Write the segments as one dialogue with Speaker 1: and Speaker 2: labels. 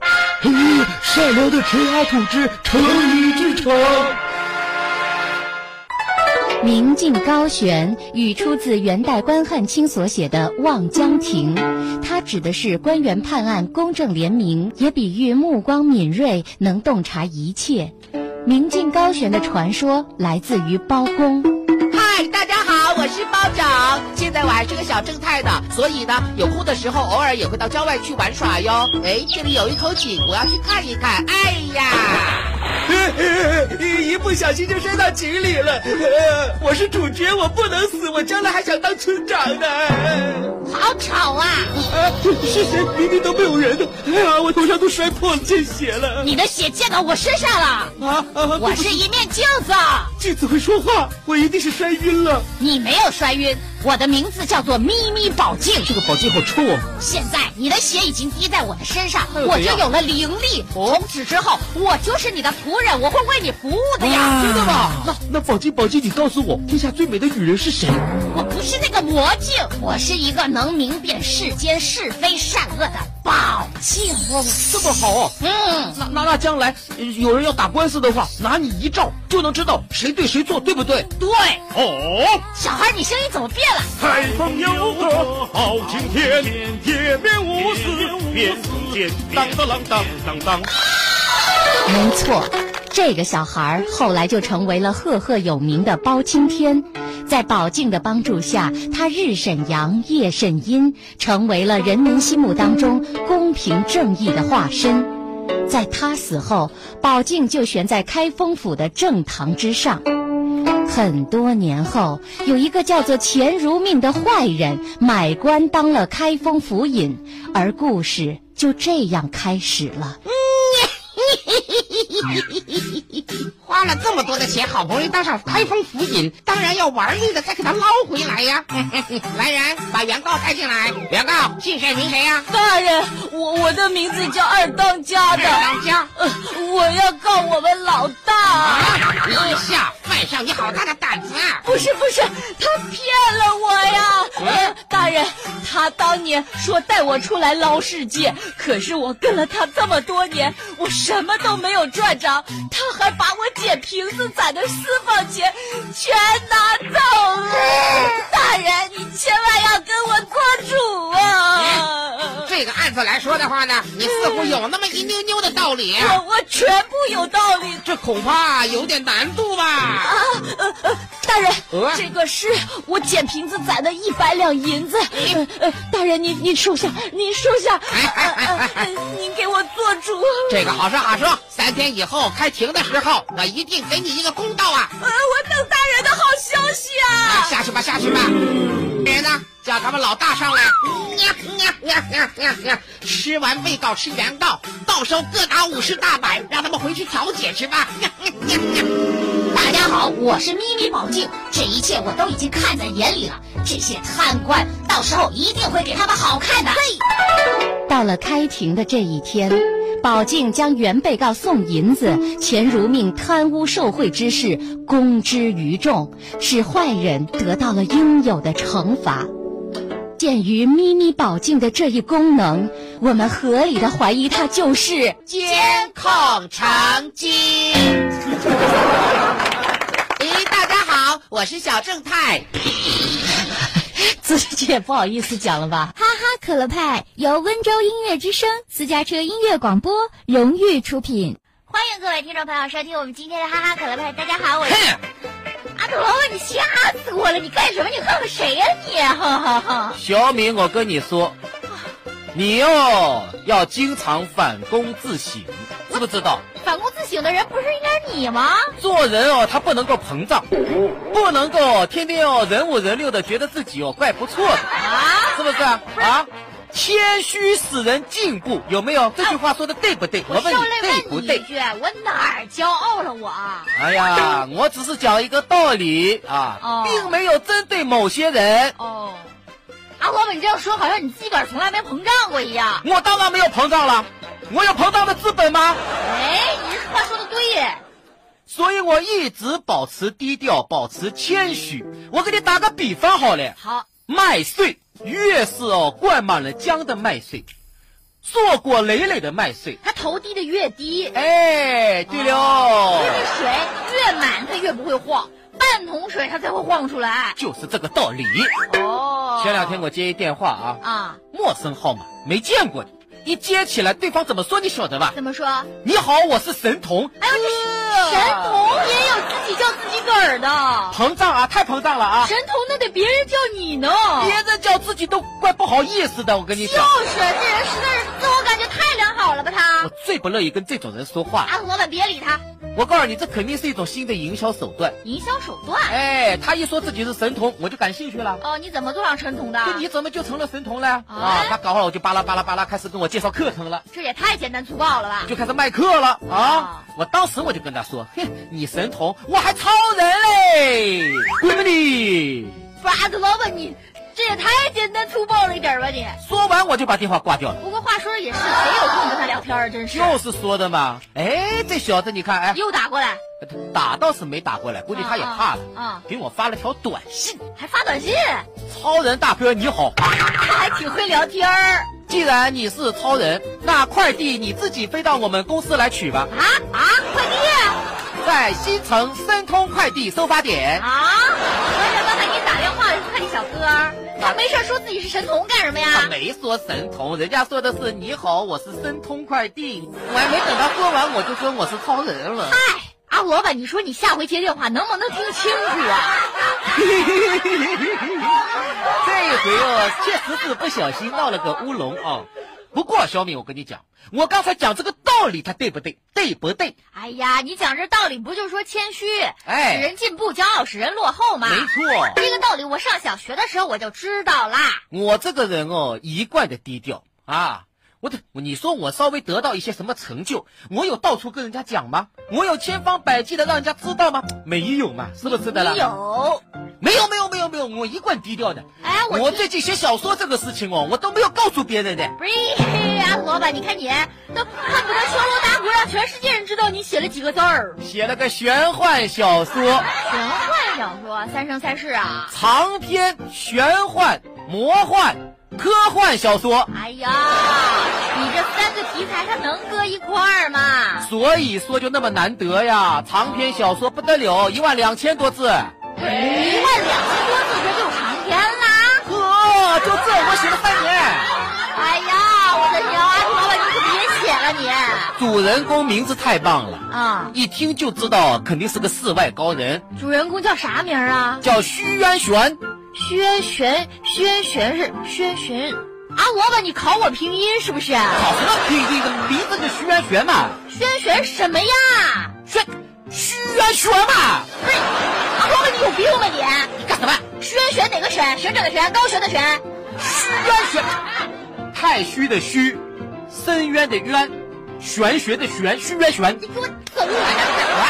Speaker 1: 呃善良的陈阿土之成语剧场。
Speaker 2: 明镜高悬语出自元代关汉卿所写的《望江亭》，它指的是官员判案公正廉明，也比喻目光敏锐，能洞察一切。明镜高悬的传说来自于包公。
Speaker 3: 嗨，大家好，我是包拯。现在我还是个小正太呢，所以呢，有空的时候偶尔也会到郊外去玩耍哟。哎，这里有一口井，我要去看一看。哎呀，
Speaker 4: 一不小心就摔到井里了。 呃我是主角，我不能死，我将来还想当村长呢。
Speaker 3: 好丑啊！
Speaker 4: 啊，是谁？明明都没有人呢。 哎呀，我头上都摔破了见血了。
Speaker 3: 你的血溅到我身上了，
Speaker 4: 啊啊！
Speaker 3: 我是一面镜 子，
Speaker 4: 镜子会说话，我一定是摔晕了。
Speaker 3: 你没有摔晕。我的名字叫做咪咪宝镜。
Speaker 4: 这个宝剑好臭啊！
Speaker 3: 现在你的血已经滴在我的身上，
Speaker 4: 呦
Speaker 3: 我
Speaker 4: 怎
Speaker 3: 就
Speaker 4: 样
Speaker 3: 有了灵力。从此之后，我就是你的仆人，我会为你服务的呀。
Speaker 4: 真的吗？那那宝剑，宝剑，你告诉我，天下最美的女人是谁？哦
Speaker 3: 我不是那个魔镜，我是一个能明辨世间是非善恶的宝镜。
Speaker 4: 哇，这么好啊！
Speaker 3: 嗯，
Speaker 4: 那那那将来呃有人要打官司的话，拿你一照就能知道谁对谁错，对不对？
Speaker 3: 对，
Speaker 5: 哦，
Speaker 3: 小孩，你声音怎么变了？
Speaker 5: 海风有个好晴天，铁面无私，面无间，当当啷当当当。
Speaker 2: 没错，这个小孩儿后来就成为了赫赫有名的包青天。在宝镜的帮助下，他日审阳，夜审阴，成为了人民心目当中公平正义的化身。在他死后，宝镜就悬在开封府的正堂之上。很多年后，有一个叫做钱如命的坏人买官当了开封府尹，而故事就这样开始了。
Speaker 3: 花了这么多的钱，好不容易当上开封府尹，当然要玩命的再给他捞回来呀！ 来人，把原告带进来。原告，姓谁名谁呀、
Speaker 6: 大人，我我的名字叫二当家的，
Speaker 3: 当家。
Speaker 6: 呃，我要告我们老大。
Speaker 3: 啊！一下犯上，你好大的胆子啊！
Speaker 6: 不是不是，他骗了我呀！呃大人，他当年说带我出来捞世界，可是我跟了他这么多年，我什么都没有赚着，他还把我姐瓶子攒的私房钱全拿走了。大人，你千万要跟我做主啊！
Speaker 3: 这个案子来说的话呢，你似乎有那么一妞妞的道理，啊
Speaker 2: 嗯
Speaker 6: 我我全部有道理
Speaker 3: 这恐怕有点难度吧？
Speaker 6: 啊！呃呃，大人，
Speaker 3: 呃
Speaker 6: 这个是我捡瓶子攒的一百两银子。呃呃，大人，您您收下，您收下。
Speaker 3: 哎哎哎哎哎
Speaker 6: 呃呃您给我做主。
Speaker 3: 这个好说好说，三天以后开庭的时候，我一定给你一个公道啊！
Speaker 6: 呃，我等大人的好消息
Speaker 3: 啊，
Speaker 6: 啊！
Speaker 3: 下去吧，下去吧。人呢，叫他们老大上来。吃完被告，吃原告，到时候各打五十大板，让他们回去调解去吧。
Speaker 7: 大家好，我是咪咪宝镜，这一切我都已经看在眼里了。这些贪官到时候一定会给他们好看的。
Speaker 2: 到了开庭的这一天，宝镜将原被告送银子、钱如命贪污受贿之事公之于众，使坏人得到了应有的惩罚。鉴于咪咪宝镜的这一功能，我们合理的怀疑他就是
Speaker 3: 监控成机。咦，大家好，我是小正太。
Speaker 2: 自己也不好意思讲了吧？
Speaker 7: 哈哈，可乐派由温州音乐之声私家车音乐广播荣誉出品。欢迎各位听众朋友收听我们今天的哈哈可乐派。大家好，我是
Speaker 3: 哼，
Speaker 7: 阿朵，你吓死我了！你干什么？你恨谁呀、你？哈哈哈！
Speaker 4: 小敏，我跟你说，你哟要经常反躬自省，知不知道？
Speaker 7: 反躬自省的人不是应该是你吗？
Speaker 4: 做人哦，他不能够膨胀，不能够天天哦人五人六的觉得自己哦怪不错的，是不是啊？啊，谦虚使人进步，有没有？这句话说的对不对？我问你对不对？
Speaker 7: 句，我哪儿骄傲了我？
Speaker 4: 哎呀，我只是讲一个道理啊
Speaker 7: 哦，
Speaker 4: 并没有针对某些人。
Speaker 7: 哦，阿伯，你这样说好像你自个儿从来没膨胀过一样。
Speaker 4: 我当然没有膨胀了，我有膨胀的资本吗？
Speaker 7: 哎，你这话说的对耶。
Speaker 4: 所以我一直保持低调，保持谦虚。我给你打个比方好了，
Speaker 7: 好，
Speaker 4: 麦穗越是哦灌满了浆的麦穗，
Speaker 3: 做过累累的麦穗。
Speaker 7: 他头低的越低，
Speaker 3: 哎，对了，
Speaker 7: 因为水越满，它越不会晃，半桶水它才会晃出来。
Speaker 3: 就是这个道理。
Speaker 7: 哦，
Speaker 3: 前两天我接一电话啊，
Speaker 7: 啊，
Speaker 3: 陌生号码，没见过你，一接起来，对方怎么说你晓得吧？
Speaker 7: 怎么说？神
Speaker 3: 你好，我是神童。哎呦，这
Speaker 7: 童也有自己叫自己个儿的，
Speaker 3: 膨胀啊，太膨胀了啊！
Speaker 6: 神童那得别人叫你呢。
Speaker 3: 别人叫自己都怪不好意思的，我跟你讲，
Speaker 7: 就是啊这人实在是自我感觉太良好了吧他
Speaker 3: 我。最不乐意跟这种人说话。
Speaker 7: 啊，老板别理他，
Speaker 3: 我告诉你，这肯定是一种新的营销手段。
Speaker 7: 营销手段。
Speaker 3: 哎，他一说自己是神童，我就感兴趣了。
Speaker 7: 哦，你怎么做上神童的？
Speaker 3: 这你怎么就成了神童了？
Speaker 7: 啊
Speaker 3: 啊，他搞好了，我就巴拉巴拉巴拉开始跟我介绍课程了，
Speaker 7: 这也太简单粗暴了吧？
Speaker 3: 就开始卖课了啊
Speaker 7: 啊！
Speaker 3: 我当时我就跟他说，哼，你神童，我还超人嘞，滚吧你！
Speaker 7: 巴克老板你，这也太简单粗暴了一点吧你。
Speaker 3: 说完我就把电话挂掉了。
Speaker 7: 不过话说的也是，谁有空跟他聊天啊？真是
Speaker 3: 就是说的嘛，哎，这小子你看，哎，
Speaker 7: 又打过来，
Speaker 3: 打倒是没打过来，估计他也怕了，
Speaker 7: 啊啊
Speaker 3: 给我发了条短信
Speaker 7: 还发短信，：“
Speaker 3: 超人大哥你好，
Speaker 7: 他还挺会聊天儿
Speaker 3: 既然你是超人，那快递你自己飞到我们公司来取吧，
Speaker 7: 啊啊！快递
Speaker 3: 在新城申通快递收发点。
Speaker 7: 啊！我想刚才给你打电话的是快递小哥儿，他没事儿说自己是神童干什么
Speaker 3: 他
Speaker 7: 呀？
Speaker 3: 没说神童，人家说的是你好，我是申通快递。我还没等他说完，我就说我是超人了。
Speaker 7: 哎，啊，老板，你说你下回接电话能不能听清楚啊？
Speaker 3: 这回哦，确实是不小心闹了个乌龙哦。不过小敏，我跟你讲，我刚才讲这个道理，它对不对？对不对？
Speaker 7: 哎呀，你讲这道理不就是说谦虚，
Speaker 3: 哎
Speaker 7: 使人进步，骄傲使人落后吗？
Speaker 3: 没错，
Speaker 7: 这个道理我上小学的时候我就知道啦。
Speaker 3: 我这个人哦，一贯的低调啊。我的，你说我稍微得到一些什么成就，我有到处跟人家讲吗？我有千方百计的让人家知道吗？没有嘛，是不是的啦？
Speaker 7: 你有，
Speaker 3: 没有，没有，没有，没有，我一贯低调的。
Speaker 7: 哎，我
Speaker 3: 我
Speaker 7: 知
Speaker 3: 最近写小说这个事情哦，我都没有告诉别人的。
Speaker 7: 不是啊，老板，你看你都恨不得敲锣打鼓，让全世界人知道你写了几个字儿。
Speaker 3: 写了个玄幻小说，
Speaker 7: 玄幻小说《三生三世》啊！
Speaker 3: 长篇玄幻、魔幻、科幻小说。
Speaker 7: 哎呀，你这三个题材它能搁一块儿吗？
Speaker 3: 所以说就那么难得呀，长篇小说不得了，一万两千多字。
Speaker 7: 一万两千多字，这就是长篇啦！
Speaker 3: 呵，哦就这我写了三年。
Speaker 7: 哎呀，我的娘，啊，老板，你可别写了你
Speaker 3: 主人公名字太棒了，
Speaker 7: 啊！
Speaker 3: 一听就知道肯定是个世外高人，
Speaker 7: 主人公叫啥名儿啊？
Speaker 3: 叫虚渊玄。
Speaker 7: 薛玄，薛玄是薛玄。啊，老板，你考我拼音是不是？
Speaker 3: 好什么拼音？名字就虚渊玄嘛，
Speaker 7: 薛玄什么呀？
Speaker 3: 玄虚渊玄嘛。
Speaker 7: 不是，啊，老板你有病吧你？
Speaker 3: 干什么？
Speaker 7: 玄玄哪个玄？学者的玄，高悬的悬。
Speaker 3: 虚渊玄，太虚的虚，深渊的渊，玄学的玄，虚渊玄。
Speaker 7: 你给我走啊！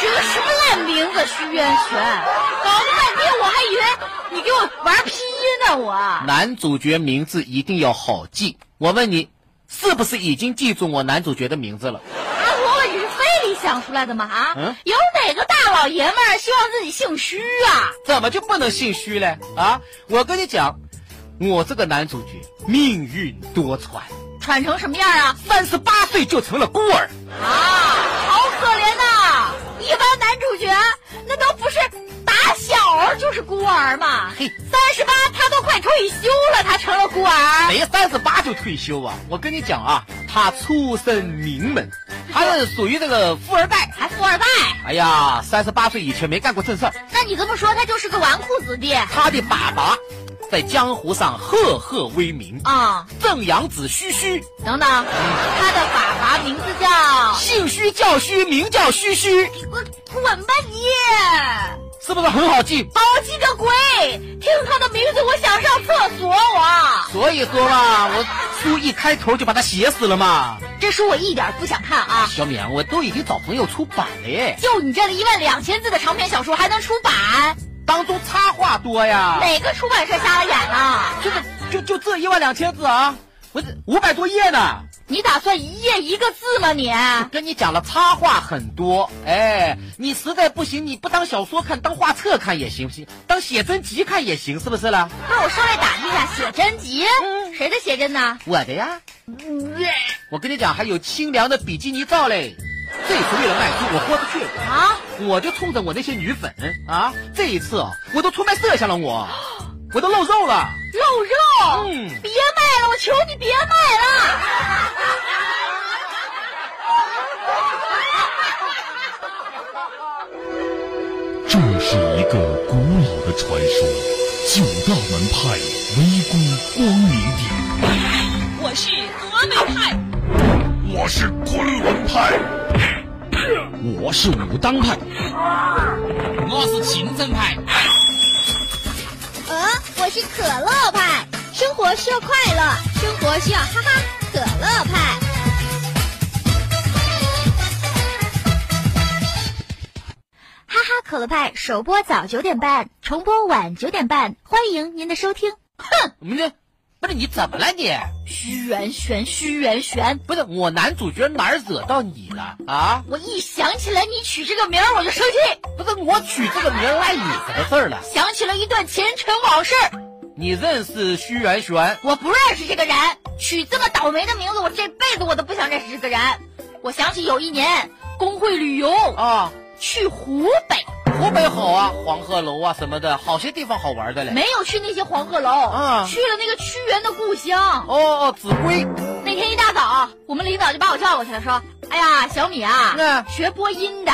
Speaker 7: 取个什么烂名字？徐渊玄，啊搞了半天我还以为你给我玩拼音呢，我。啊
Speaker 3: 男主角名字一定要好记。我问你，是不是已经记住我男主角的名字了？
Speaker 7: 啊，萝卜，你是非得想出来的吗？啊，
Speaker 3: 嗯
Speaker 7: 有哪个大老爷们儿希望自己姓徐啊？
Speaker 3: 怎么就不能姓虚嘞？啊，我跟你讲，我这个男主角命运多舛，
Speaker 7: 喘成什么样啊？
Speaker 3: 三十八岁就成了孤儿。
Speaker 7: 啊，好可怜呐、一般男主角那都不是打小儿就是孤儿嘛。
Speaker 3: 嘿
Speaker 7: 三十八他都快退休了，他成了孤儿。
Speaker 3: 谁三十八就退休啊？我跟你讲啊，他出身名门，他是属于这个富二代。
Speaker 7: 还富二代？
Speaker 3: 哎呀，三十八岁以前没干过正事儿。
Speaker 7: 那你这么说，他就是个纨绔子弟
Speaker 3: 他的爸爸在江湖上赫赫威名，
Speaker 7: 啊、
Speaker 3: 正阳子虚虚，
Speaker 7: 等等，他的爸爸名字叫
Speaker 3: 姓虚叫虚，名叫虚虚，
Speaker 7: 我滚吧你！
Speaker 3: 是不是很好记？
Speaker 7: 好记个鬼！听他的名字，我想上厕所我。
Speaker 3: 所以说嘛，我书一开头就把它写死了嘛。
Speaker 7: 这书我一点不想看啊！
Speaker 3: 小敏啊，我都已经找朋友出版了耶，
Speaker 7: 就你这一万两千字的长篇小说还能出版？
Speaker 3: 当中插画多呀，
Speaker 7: 哪个出版社瞎了眼呐、
Speaker 3: 就就就这一万两千字啊，我这五百多页呢。
Speaker 7: 你打算一页一个字吗你？
Speaker 3: 跟你讲了，插画很多，哎，你实在不行，你不当小说看，当画册看也行不行？当写真集看也行，是不是啦？
Speaker 8: 不是，我上来打听一下写真集，谁的写真呢？
Speaker 3: 我的呀，我跟你讲，还有清凉的比基尼照嘞，这次为了卖书，我豁出去了，
Speaker 8: 啊，
Speaker 3: 我就冲着我那些女粉啊，这一次哦，我都出卖色相了我，我都露肉了，
Speaker 7: 肉肉，
Speaker 3: 嗯
Speaker 7: 别卖了，我求你别卖了。
Speaker 9: 这是一个古老的传说，九大门派围攻光明顶。
Speaker 7: 我是峨眉派，
Speaker 9: 我是昆仑派，我是武当派，
Speaker 10: 我是秦正派，
Speaker 8: 啊，我是可乐派，生活需要快乐，生活需要哈哈可乐派。哈哈可乐派首播早九点半，重播晚九点半，欢迎您的收听。
Speaker 3: 你们这不是你怎么了你？
Speaker 7: 虚元玄，虚元玄。
Speaker 3: 不是我男主角哪儿惹到你了啊？
Speaker 7: 我一想起来你取这个名儿，我就生气，
Speaker 3: 不是我取这个名儿赖你什么事儿了？
Speaker 7: 想起了一段前尘往事。
Speaker 3: 你认识虚元玄？
Speaker 7: 我不认识这个人，取这么倒霉的名字，我这辈子我都不想认识这个人。我想起有一年工会旅游
Speaker 3: 啊，
Speaker 7: 去湖北，
Speaker 3: 湖北好啊，黄鹤楼啊什么的，好些地方好玩的嘞。
Speaker 7: 没有去那些黄鹤楼，
Speaker 3: 啊
Speaker 7: 去了那个屈原的故乡。
Speaker 3: 哦哦，子规，
Speaker 7: 那天一大早，我们领导就把我叫过去了，说：“哎呀，小米啊，
Speaker 3: 嗯
Speaker 7: 学播音的，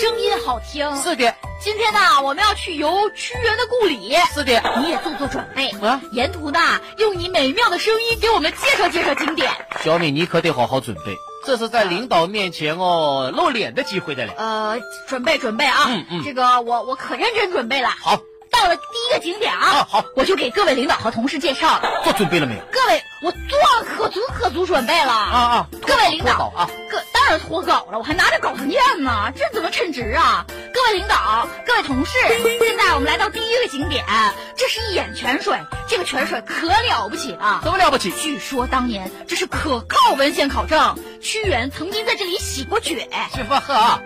Speaker 7: 声音好听。
Speaker 3: 是的，
Speaker 7: 今天呢，我们要去游屈原的故里。”
Speaker 3: 是的，
Speaker 7: 你也做做准备
Speaker 3: 哦啊
Speaker 7: 沿途呢，用你美妙的声音给我们介绍介绍景点。
Speaker 3: 小米你可得好好准备，这是在领导面前哦露脸的机会的嘞。
Speaker 7: 呃，准备准备啊，
Speaker 3: 嗯嗯
Speaker 7: 这个我我可认真准备了。
Speaker 3: 好，
Speaker 7: 到了第一个景点啊，
Speaker 3: 啊好，
Speaker 7: 我就给各位领导和同事介绍了。
Speaker 3: 做准备了没有？
Speaker 7: 各位，我做了可足可足准备了
Speaker 3: 啊
Speaker 7: 啊。
Speaker 3: 啊，
Speaker 7: 各位领
Speaker 3: 脱稿
Speaker 7: 导
Speaker 3: 啊，
Speaker 7: 各当然脱稿了，我还拿着稿子念呢，这怎么称职啊？各位领导，各位同事，现在我们来到第一个景点，这是一眼泉水，这个泉水可了不起了。
Speaker 3: 什么了不起？
Speaker 7: 据说当年这是可靠文献考证，屈原曾经在这里洗过脚。
Speaker 3: 师傅喝啊，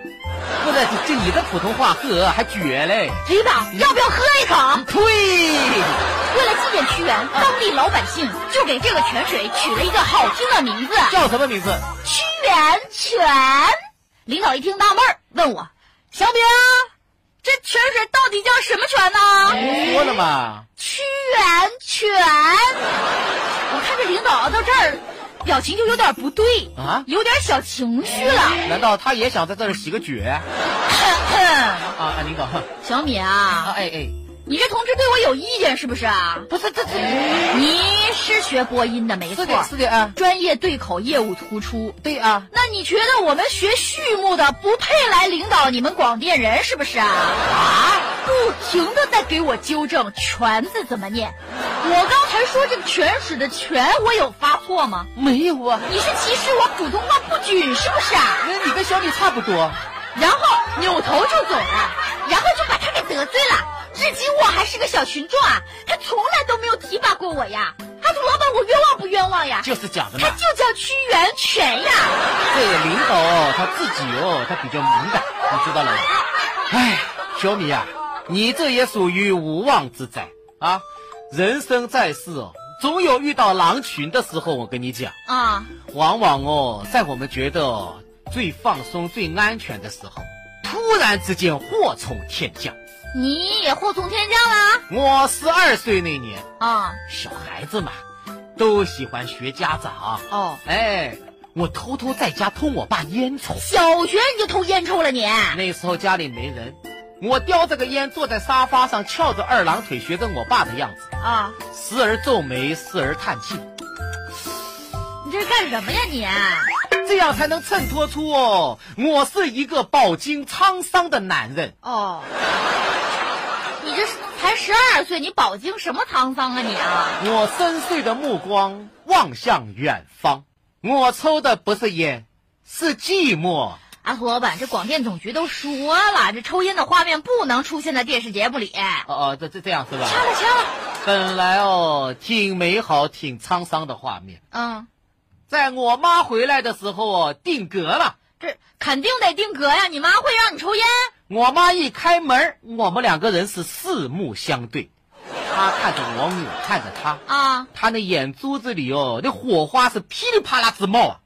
Speaker 3: 不是就你的普通话喝还绝嘞？
Speaker 7: 领导，要不要喝一口？
Speaker 3: 呸！
Speaker 7: 为了纪念屈原，当地老百姓就给这个泉水取了一个好听的名字
Speaker 3: 叫什么名字？
Speaker 7: ——屈原泉。领导一听纳闷儿，问我：“小敏啊，这泉水到底叫什么泉呢
Speaker 4: 哎
Speaker 3: 说了嘛，？”
Speaker 7: 屈原泉。我看这领导到这儿，表情就有点不对
Speaker 3: 啊
Speaker 7: 有点小情绪了。
Speaker 3: 难道他也想在这儿洗个脚？啊啊，领导，啊
Speaker 7: 小敏啊，
Speaker 3: 哎哎，
Speaker 7: 你这同志对我有意见是不是啊？
Speaker 3: 不是这这
Speaker 7: 你是学播音的没
Speaker 3: 是
Speaker 7: 错，
Speaker 3: 的，是的啊，
Speaker 7: 专业对口，业务突出。
Speaker 3: 对啊。
Speaker 7: 那你觉得我们学畜牧的不配来领导你们广电人是不是啊？啊，不停的在给我纠正“泉”字怎么念。我刚才说这个泉水的“泉”，我有发错吗？
Speaker 3: 没有啊，
Speaker 7: 你是歧视我普通话不均是不是啊？
Speaker 3: 那你跟小李差不多。
Speaker 7: 然后扭头就走了，然后就把他给得罪了。至今我还是个小群众啊，他从来都没有提拔过我呀。他说：“老板，我冤枉不冤枉呀？”
Speaker 3: 就是假的
Speaker 7: 他
Speaker 3: 嘛。
Speaker 7: 就叫屈原泉呀。
Speaker 3: 这个领导哦，他自己哦，他比较敏感，你知道了吗？哎，小米呀、啊，你这也属于无妄之灾啊！人生在世哦，总有遇到狼群的时候。我跟你讲，
Speaker 7: 啊，
Speaker 3: 往往哦，在我们觉得、哦、最放松、最安全的时候，突然之间祸从天降。
Speaker 7: 你也祸从天降啦！
Speaker 3: 我十二岁那年，
Speaker 7: 啊，
Speaker 3: 小孩子嘛，都喜欢学家长。
Speaker 7: 哦，
Speaker 3: 哎，我偷偷在家偷我爸烟抽。
Speaker 7: 小学你就偷烟抽了你？
Speaker 3: 那时候家里没人，我叼着个烟坐在沙发上，翘着二郎腿，学着我爸的样子，
Speaker 7: 啊，
Speaker 3: 时而皱眉，时而叹气，
Speaker 7: 你这是干什么呀你？
Speaker 3: 这样才能衬托出哦，我是一个饱经沧桑的男人。
Speaker 7: 哦，你这才十二岁，你饱经什么沧桑啊你啊？
Speaker 3: 我深邃的目光望向远方，我抽的不是烟，是寂寞。
Speaker 7: 啊，胡老板，这广电总局都说了，这抽烟的画面不能出现在电视节目里。掐
Speaker 3: 哦哦，这这这样是吧？
Speaker 7: 了掐了，
Speaker 3: 本来哦，挺美好、挺沧桑的画面，
Speaker 7: 嗯，
Speaker 3: 在我妈回来的时候哦，定格了。
Speaker 6: 这肯定得定格呀！你妈会让你抽烟？
Speaker 3: 我妈一开门，我们两个人是四目相对，她看着我，我看着她。
Speaker 7: 啊，
Speaker 3: 她那眼珠子里哦，那火花是噼里啪啦直冒啊！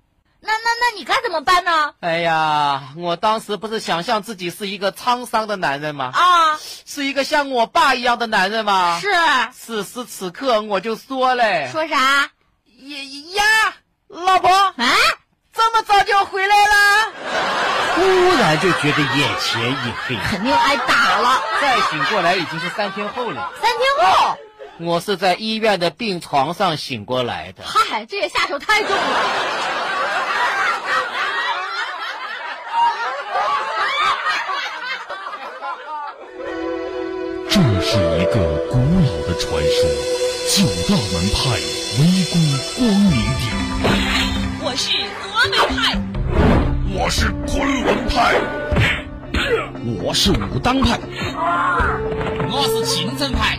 Speaker 7: 那那那你该怎么办呢？
Speaker 3: 哎呀，我当时不是想象自己是一个沧桑的男人吗？
Speaker 7: 啊，
Speaker 3: 是一个像我爸一样的男人吗？
Speaker 7: 是
Speaker 3: 此时此刻我就说嘞，
Speaker 7: 说啥啊？
Speaker 3: 呀呀，老婆，这么早就回来啦！忽然就觉得眼前一黑，
Speaker 7: 肯定挨打了。
Speaker 3: 再醒过来已经是三天后了。
Speaker 7: 三天后，
Speaker 3: 我是在医院的病床上醒过来的。
Speaker 6: 嗨，这也下手太重了。
Speaker 9: 这是一个古老的传说，九大门派围攻光明顶。
Speaker 6: 我是峨眉派，
Speaker 9: 我是昆仑派，我是武当派，
Speaker 11: 我是勤政派，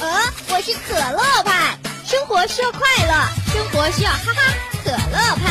Speaker 7: 呃，我是可乐派，生活需要快乐，生活需要哈哈可乐派。